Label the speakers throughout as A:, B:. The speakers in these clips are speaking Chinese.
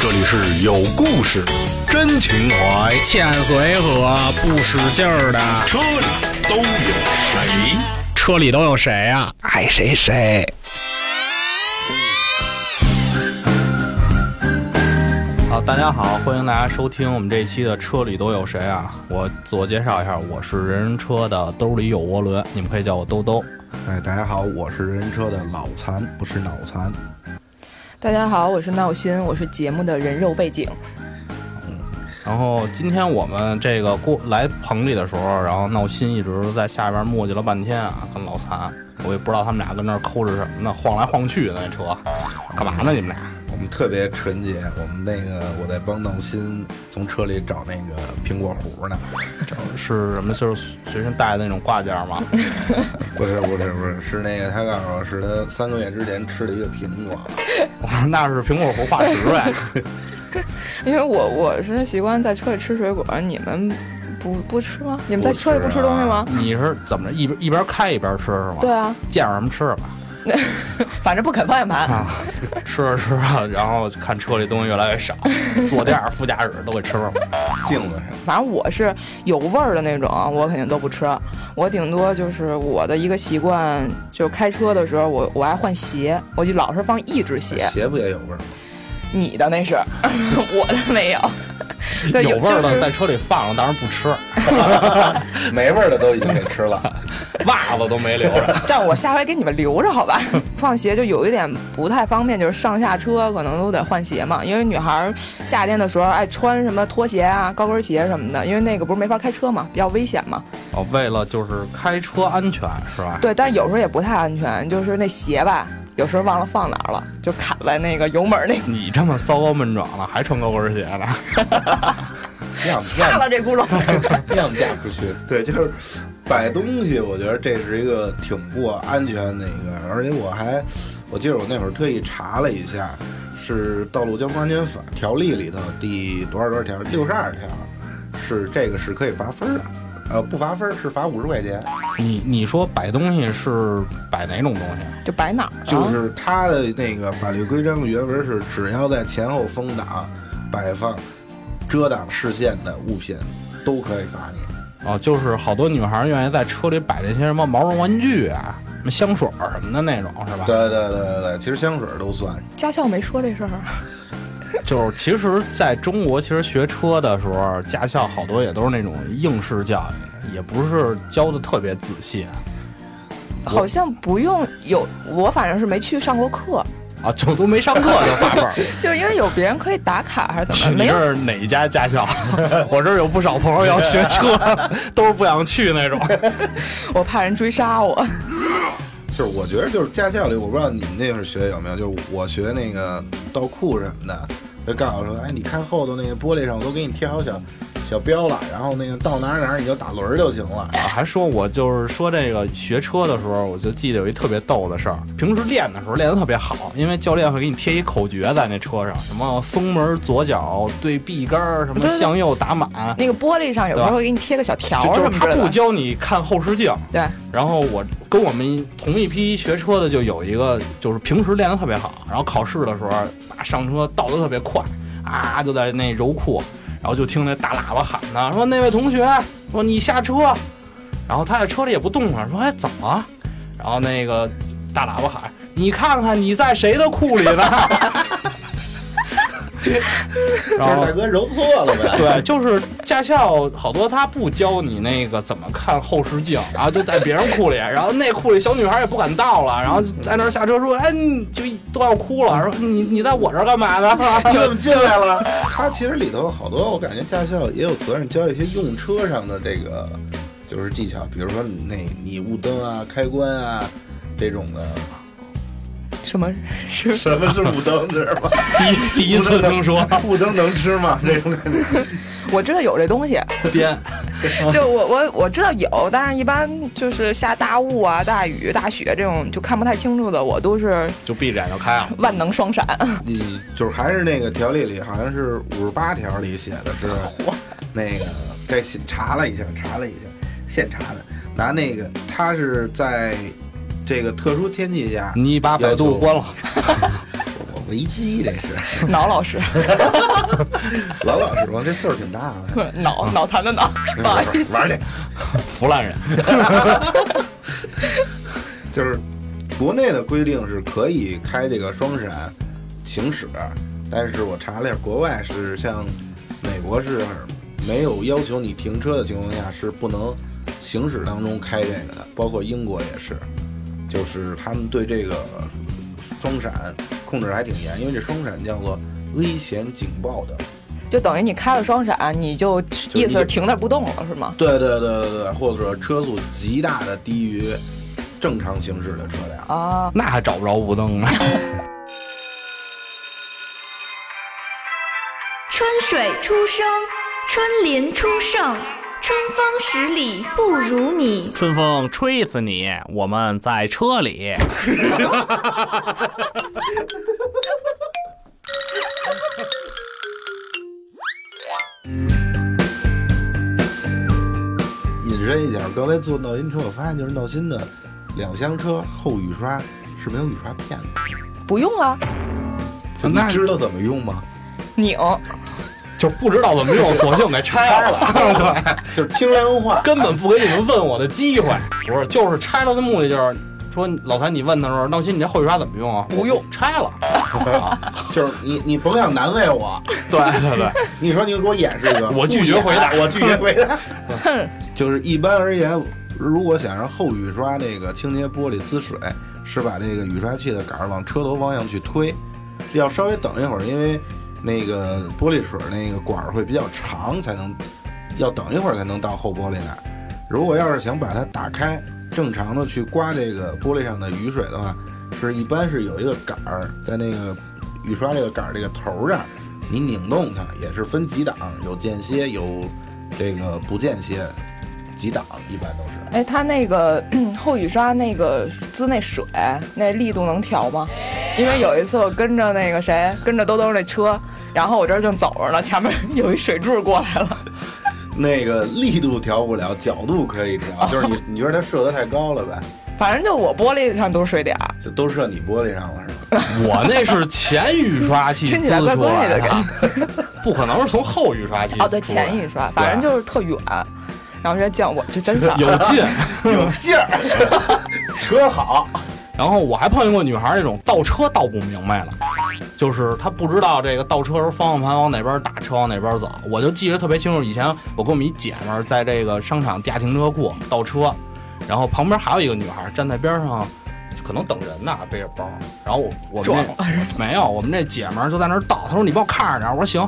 A: 这里是有故事、真情怀，
B: 欠随和不使劲儿的，
A: 车里都有谁？
B: 车里都有谁
A: 啊
B: 呀、
C: 哎
D: 爱谁谁。
C: 好，大家好，欢迎大家收听我们这一期的《车里都有谁》啊！我自我介绍一下，我是人人车的兜里有涡轮，你们可以叫我兜兜。
D: 哎，大家好，我是人车的脑残，不是脑残。
E: 大家好，我是闹心，我是节目的人肉背景。
C: 然后今天我们这个过来棚里的时候，然后闹心一直在下边磨叽了半天啊，跟老残，我也不知道他们俩跟那儿抠着什么呢，晃来晃去的那车，干嘛呢？你们俩？
D: 我们特别纯洁，我们那个我在帮闹心从车里找那个苹果核呢，
C: 是什么？就是随身带的那种挂件吗？
D: 不是不是不是，是那个他告诉我是他三个月之前吃的一个苹果，
C: 那是苹果核化石呗。
E: 因为我我是习惯在车里吃水果，你们不不吃吗？你们在车里不吃东西吗？
C: 你是怎么着一边一边开一边吃是吗？
E: 对啊，
C: 见着什么吃什么。
E: 反正不啃方向盘。
C: 啊，吃着吃着，然后看车里东西越来越少，坐垫儿、副驾驶都给吃 了。
D: 镜子上
E: 反正我是有味儿的那种，我肯定都不吃。我顶多就是我的一个习惯，就是开车的时候我我爱换鞋，我就老是放一只鞋。
C: 哎
D: 鞋不也有味儿吗？
E: 你的那是， 我的 没有。对，
C: 有味儿
E: 就
C: 的
E: 是
C: 在车里放着，当然不吃，
D: 没味儿的都已经给吃 了。
C: 袜子都没留着。
E: 这样我下回给你们留着好吧？放鞋就有一点不太方便，就是上下车可能都得换鞋嘛，因为女孩儿夏天的时候爱穿什么拖鞋啊、高跟鞋什么的，因为那个不是没法开车嘛，比较危险嘛。
C: 哦，为了就是开车安全是吧？
E: 对，但是有时候也不太安全，就是那鞋吧，有时候忘了放哪儿了，就卡在那个油门儿那
C: 你这么骚高闷壮了，还穿高跟鞋呢？
D: 要么
E: 掐了这轱辘。
D: 要么嫁不出去。 对，就是摆东西，我觉得这是一个挺不安全的一个，而且我还，我记得我那会儿特意查了一下，是《道路交通安全法》条例里头第多少多少条，六十二条，是这个是可以罚分儿的，呃，不罚分儿是罚五十块钱，
C: 你你说摆东西是摆哪种东西？
E: 就摆哪儿了？
D: 就是它的那个法律规章原文是只要在前后风挡摆放遮挡视线的物品，都可以罚你。
C: 哦，就是好多女孩愿意在车里摆那些什么毛绒玩具啊、什么香水儿什么的那种是吧？
D: 对对对对对，其实香水儿都算，
E: 驾校没说这事儿，
C: 就是其实在中国，其实学车的时候，驾校好多也都是那种应试教育，也不是教的特别仔细啊
E: 好像不用有，我反正是没去上过课，
C: 啊，就都没上课就发份儿。
E: 就是因为有别人可以打卡还是怎么，没
C: 你
E: 有
C: 这是哪一家驾校？ 我这儿有不少朋友要学车， 都是不想去那种。
E: 我怕人追杀我。
D: 就是我觉得就是驾校里，我不知道你们那会儿学有没有，就是我学那个倒库什么的，就告诉我说，哎，你看后头那个玻璃上，我都给你贴好小小标了，然后那个到哪儿哪儿你就打轮儿就行了。
C: 啊还说我就是说这个学车的时候，我就记得有一特别逗的事儿。平时练的时候练得特别好，因为教练会给你贴一口诀在那车上，什么封门左脚对臂杆儿，什么
E: 对对对
C: 向右打满。
E: 那个玻璃上有时候会给你贴个小条
C: 就
E: 儿
C: 就是
E: 什么
C: 他
E: 之类
C: 不
E: 的。
C: 教你看后视镜，
E: 对，
C: 然后我跟我们同一批学车的就有一个，就是平时练得特别好，然后考试的时候啊上车倒得特别快，啊就在那柔库，然后就听那大喇叭喊他说那位同学说你下车，然后他在车里也不动了，说哎怎么了？然后那个大喇叭喊你看看你在谁的库里呢？
D: 就是
C: 然后
D: 大哥揉错了呗。
C: 对，就是驾校好多他不教你那个怎么看后视镜，然后就在别人库里，然后那库里小女孩也不敢到了，然后就在那儿下车说，哎，你就都要哭了，说你你在我这儿干嘛呢？
D: 就这么进来了，他其实里头好多，我感觉驾校也有责任教一些用车上的这个就是技巧，比如说你那你雾灯啊、开关啊这种的。
E: 什么是
D: 什么是雾灯知道吗？
C: 第一第一次听说
D: 雾灯能吃吗？这种感觉。
E: 我知道有这东西，
C: 编，
E: 就我我我知道有，但是一般就是下大雾啊、大雨、大雪这种就看不太清楚的，我都是
C: 就闭着眼就开了。
E: 万能双闪。
D: 嗯，就是还是那个条例里，好像是五十八条里写的是， 那个在现查了一下，查了一下，现查的，拿那个他
E: 嗯
D: 是在这个特殊天气下，
C: 你把百度关了，
D: 危机，这是
E: 脑老师，
D: 老老实说，这岁数挺大的，
E: 脑脑残的脑，不好意思。
D: 嗯 玩去。
C: 腐烂人，
D: 就是国内的规定是可以开这个双闪行驶，但是我查了一下，国外是像美国是没有要求你停车的情况下是不能行驶当中开这个的，包括英国也是，就是他们对这个双闪控制得还挺严，因为这双闪叫做危险警报灯。
E: 就等于你开了双闪，你就
D: 一
E: 意思是停那儿不动了，是吗？
D: 对对对对对，或者车速极大的低于正常行驶的车辆。
E: 啊，
C: 那还找不着啊雾灯呢。
F: 春水初生，春林初盛，春风十里不如你。
C: 春风吹死你，我们在车里。
D: 引申一点，刚才坐闹心车，我发现就是闹心的两厢车后雨刷是没有雨刷片的，
E: 不用啊，
D: 就你
C: 啊那
D: 知道怎么用吗？
E: 拧。
C: 就不知道怎么用，索性给拆 了。对，
D: 就是听人话，
C: 根本不给你们问我的机会。不是，就是拆了的目的就是说，老谭，你问他说，闹心，你这后雨刷怎么用啊？不用，拆了。
D: 就是你你甭想难为我，
C: 对对 对，
D: 你说你给我演示一个，
C: 我拒绝回答
D: 不演我拒绝回答。就是一般而言，如果想让后雨刷那个清洁玻璃滋水，是把这个雨刷器的杆儿往车头方向去推，要稍微等一会儿，因为那个玻璃水那个管儿会比较长，才能要等一会儿才能到后玻璃来。如果要是想把它打开，正常的去刮这个玻璃上的雨水的话，是一般是有一个杆儿在那个雨刷这个杆儿这个头儿这儿，你拧动它也是分几档，有间歇，有这个不间歇，几档一般都是。
E: 哎，它那个 后雨刷那个滋那水那力度能调吗？因为有一次我跟着那个谁，跟着兜兜那车，然后我这儿正走着呢，前面有一水柱过来了，
D: 那个力度调不了，角度可以调，就是 你你觉得它射得太高了呗，
E: 反正就我玻璃上都是水点儿，
D: 就都射你玻璃上了是吧？
C: 我那是前雨刷器
E: 听
C: 滋
E: 起来怪
C: 出
E: 怪
C: 来
E: 的感
C: 的， 不可能是从后雨刷器
E: 哦，对，
C: 出来
E: 前一刷，反正就是特远，然后人家见我就真傻。
C: 有劲。
D: 有劲儿， 车好，
C: 然后我还碰见过女孩那种倒车倒不明白了，就是她不知道这个倒车时候方向盘往哪边打，车往哪边走。我就记得特别清楚，以前我跟我们一姐们儿在这个商场地下停车库倒车，然后旁边还有一个女孩站在边上，可能等人呢，背着包。然后我我们
E: 撞
C: 那没有，我们那姐们儿就在那儿倒，她说你帮我看着点儿，我说行。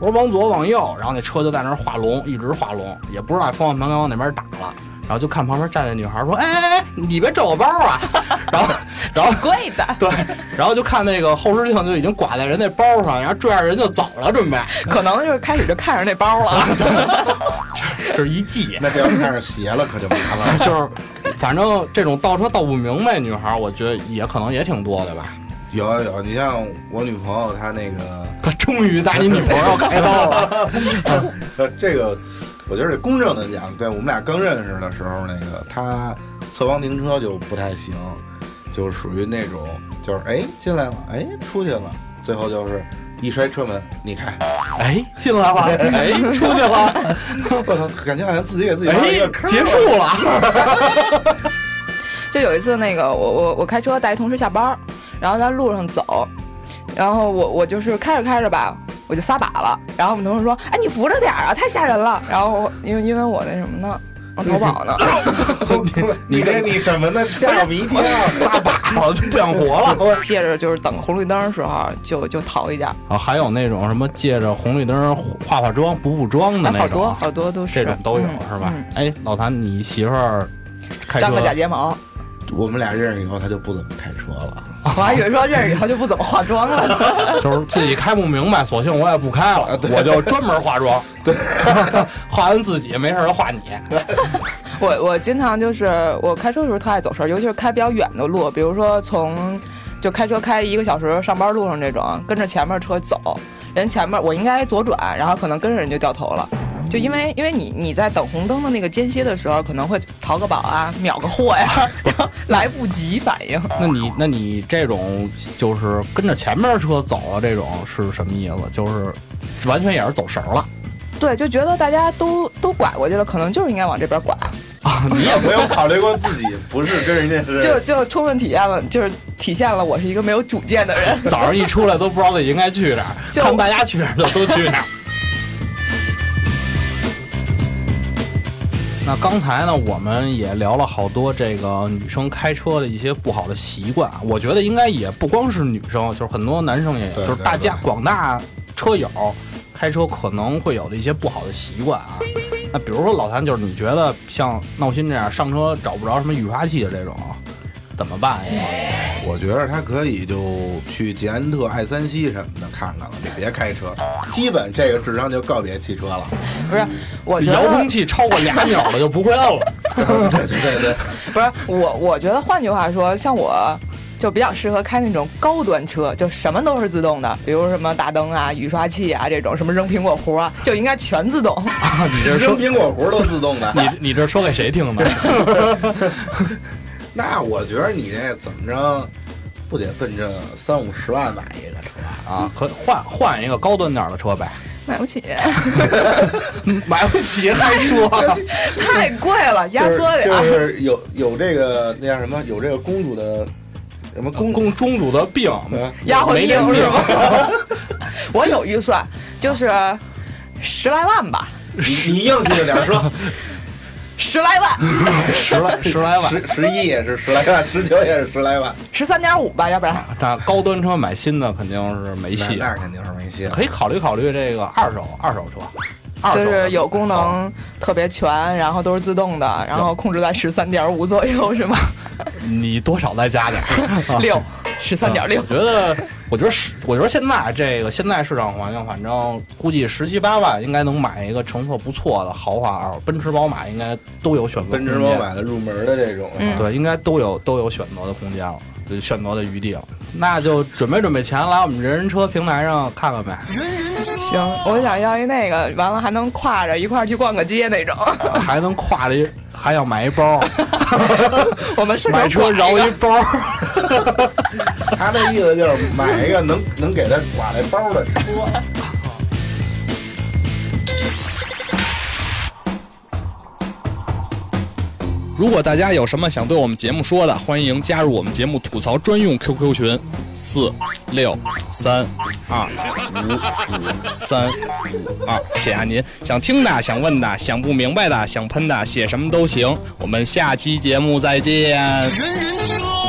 C: 我说往左往右，然后那车就在那儿画龙，一直画龙，也不知道方向盘该往哪边打了。然后就看旁边站着女孩说：“哎哎哎，你别拽我包啊！” 然后，然后
E: 贵的，
C: 对，然后就看那个后视镜就已经挂在人那包上，然后拽着人就走了，准备
E: 可能就是开始就看上那包了。
C: 这是一记，
D: 那这要看上斜了可就麻烦 了。
C: 就是反正这种倒车倒不明白女孩，我觉得也可能也挺多的吧。
D: 有啊有啊，你像我女朋友她那个，
C: 他终于带你女朋友开刀 了，
D: 呃，这个我觉得这公正的讲，对我们俩刚认识的时候，那个她侧方停车就不太行，就是属于那种就是哎进来了，哎出去了，最后就是一摔车门，你看。
C: 哎，进来了，哎，出去了，
D: 我操， 感觉好像自己给自己挖了一
C: 哎
D: 个，坑。
C: 结束，了。
E: 就有一次那个我我我开车带一同事下班儿，然后在路上走，然后我我就是开着开着吧，我就撒把了，然后我们同事说：“哎，你扶着点儿啊，太吓人了。”然后我因为因为我那什么呢，我淘宝呢，
D: 你这你什么呢？吓我一跳！
C: 撒把了就不想活了。
E: 借着就是等红绿灯的时候就就逃一点儿，
C: 啊，还有那种什么借着红绿灯化化妆、补补妆的
E: 哎，
C: 那
E: 好多
C: 种，啊
E: 好多都是
C: 这种都有
E: 嗯
C: 是吧
E: 嗯？
C: 哎，老谭，你媳妇儿开
E: 粘
C: 车
E: 个假睫毛，
D: 我们俩认识以后，他就不怎么开车了。
E: 我还以为说认识以后就不怎么化妆了呢。
C: 就是自己开不明白，索性我也不开 了，我就专门化妆。 对，化完自己没事儿就化你。
E: 我我经常就是我开车的时候特爱走神儿，尤其是开比较远的路，比如说从就开车开一个小时上班路上这种，跟着前面车走，人前面我应该左转，然后可能跟着人就掉头了，就因为因为你你在等红灯的那个间歇的时候，可能会淘个宝啊，秒个货呀， 然后来不及反应。
C: 那你那你这种就是跟着前面车走啊了，这种是什么意思？就是完全也是走神儿了
E: 对，就觉得大家都都拐过去了，可能就是应该往这边拐，
C: 啊！你
D: 你也没有考虑过自己不是跟人家是
E: 就就充分体验了，啊就是体现了我是一个没有主见的 人。
C: 早上一出来都不知道自己应该去哪儿，
E: 就
C: 看大家去哪儿就都去哪儿。那刚才呢，我们也聊了好多这个女生开车的一些不好的习惯啊，我觉得应该也不光是女生，就是很多男生也有，
D: 对
C: 就是大家
D: 对
C: 广大车友开车可能会有的一些不好的习惯啊。那比如说老谭，就是你觉得像闹心这样上车找不着什么雨刷器的这种，怎么办呀？
D: 我觉得他可以就去捷安特、爱三西什么的看看了，你别开车，基本这个智商就告别汽车了。
E: 不是，我觉
C: 遥控
E: 得
C: 器超过俩秒了就不会摁了。
E: 嗯
D: 对对对对，
E: 不是我，我觉得换句话说，像我。就比较适合开那种高端车，就什么都是自动的，比如什么大灯啊、雨刷器啊这种，什么扔苹果核啊，就应该全自动。
C: 你这
D: 扔
C: 说
D: 苹果核都自动的。
C: 你你这说给谁听呢？
D: 那我觉得你这怎么着，不得奔着三五十万买一个车？
C: 啊，可换换一个高端点儿的车 呗，
E: 买不起，
C: 买不起还说
E: 太贵了，压
D: 就是
E: 缩点儿。
D: 就是有有这个那叫什么，有这个公主的什么公
C: 公公中主的病，
D: 嗯
E: 压回
C: 没
E: 病
C: 人
E: 是
C: 命
E: 吗？我有预算，就是十来万吧，
D: 你你硬气着点 说，
E: 十来万，
C: 十来十来万。
D: 十十一也是十来万，十九也是十来万，
E: 十三点五吧，要不然
C: 那高端车买新的肯定是没
D: 那
C: 戏，啊
D: 那肯定是没戏了。啊
C: 可以考虑考虑这个二手二手车，二手
E: 就
C: 的哦
E: 是有功能特别全，然后都是自动的，然后控制在十三点五左右是吗？
C: 你多少再加点儿啊
E: 六，十三点六
C: 我。觉得，嗯我觉得是，我觉得现在这个现在市场环境，反正估计十七八万应该能买一个成色不错的豪华二手，奔驰、宝马应该都有选择空
D: 奔
C: 间。
D: 驰、宝马的入门的这种，啊
E: 嗯
C: 对，应该都有都有选择的空间了，呃选择的余地了。那就准备准备钱，来我们人人车平台上看看呗。
E: 行，我想要一那个，完了还能挎着一块儿去逛个街那种。
C: 啊还能挎着一，还要买一包，
E: 我们顺手
C: 买车
E: 拐
C: 饶
E: 个
C: 一包。
D: 他那意思就是买一个能能给他挂那包的车。
B: 如果大家有什么想对我们节目说的，欢迎加入我们节目吐槽专用 QQ 群：四六三二五五三五二，写下您想听的、想问的、想不明白的、想喷的，写什么都行。我们下期节目再见。
A: 人人车。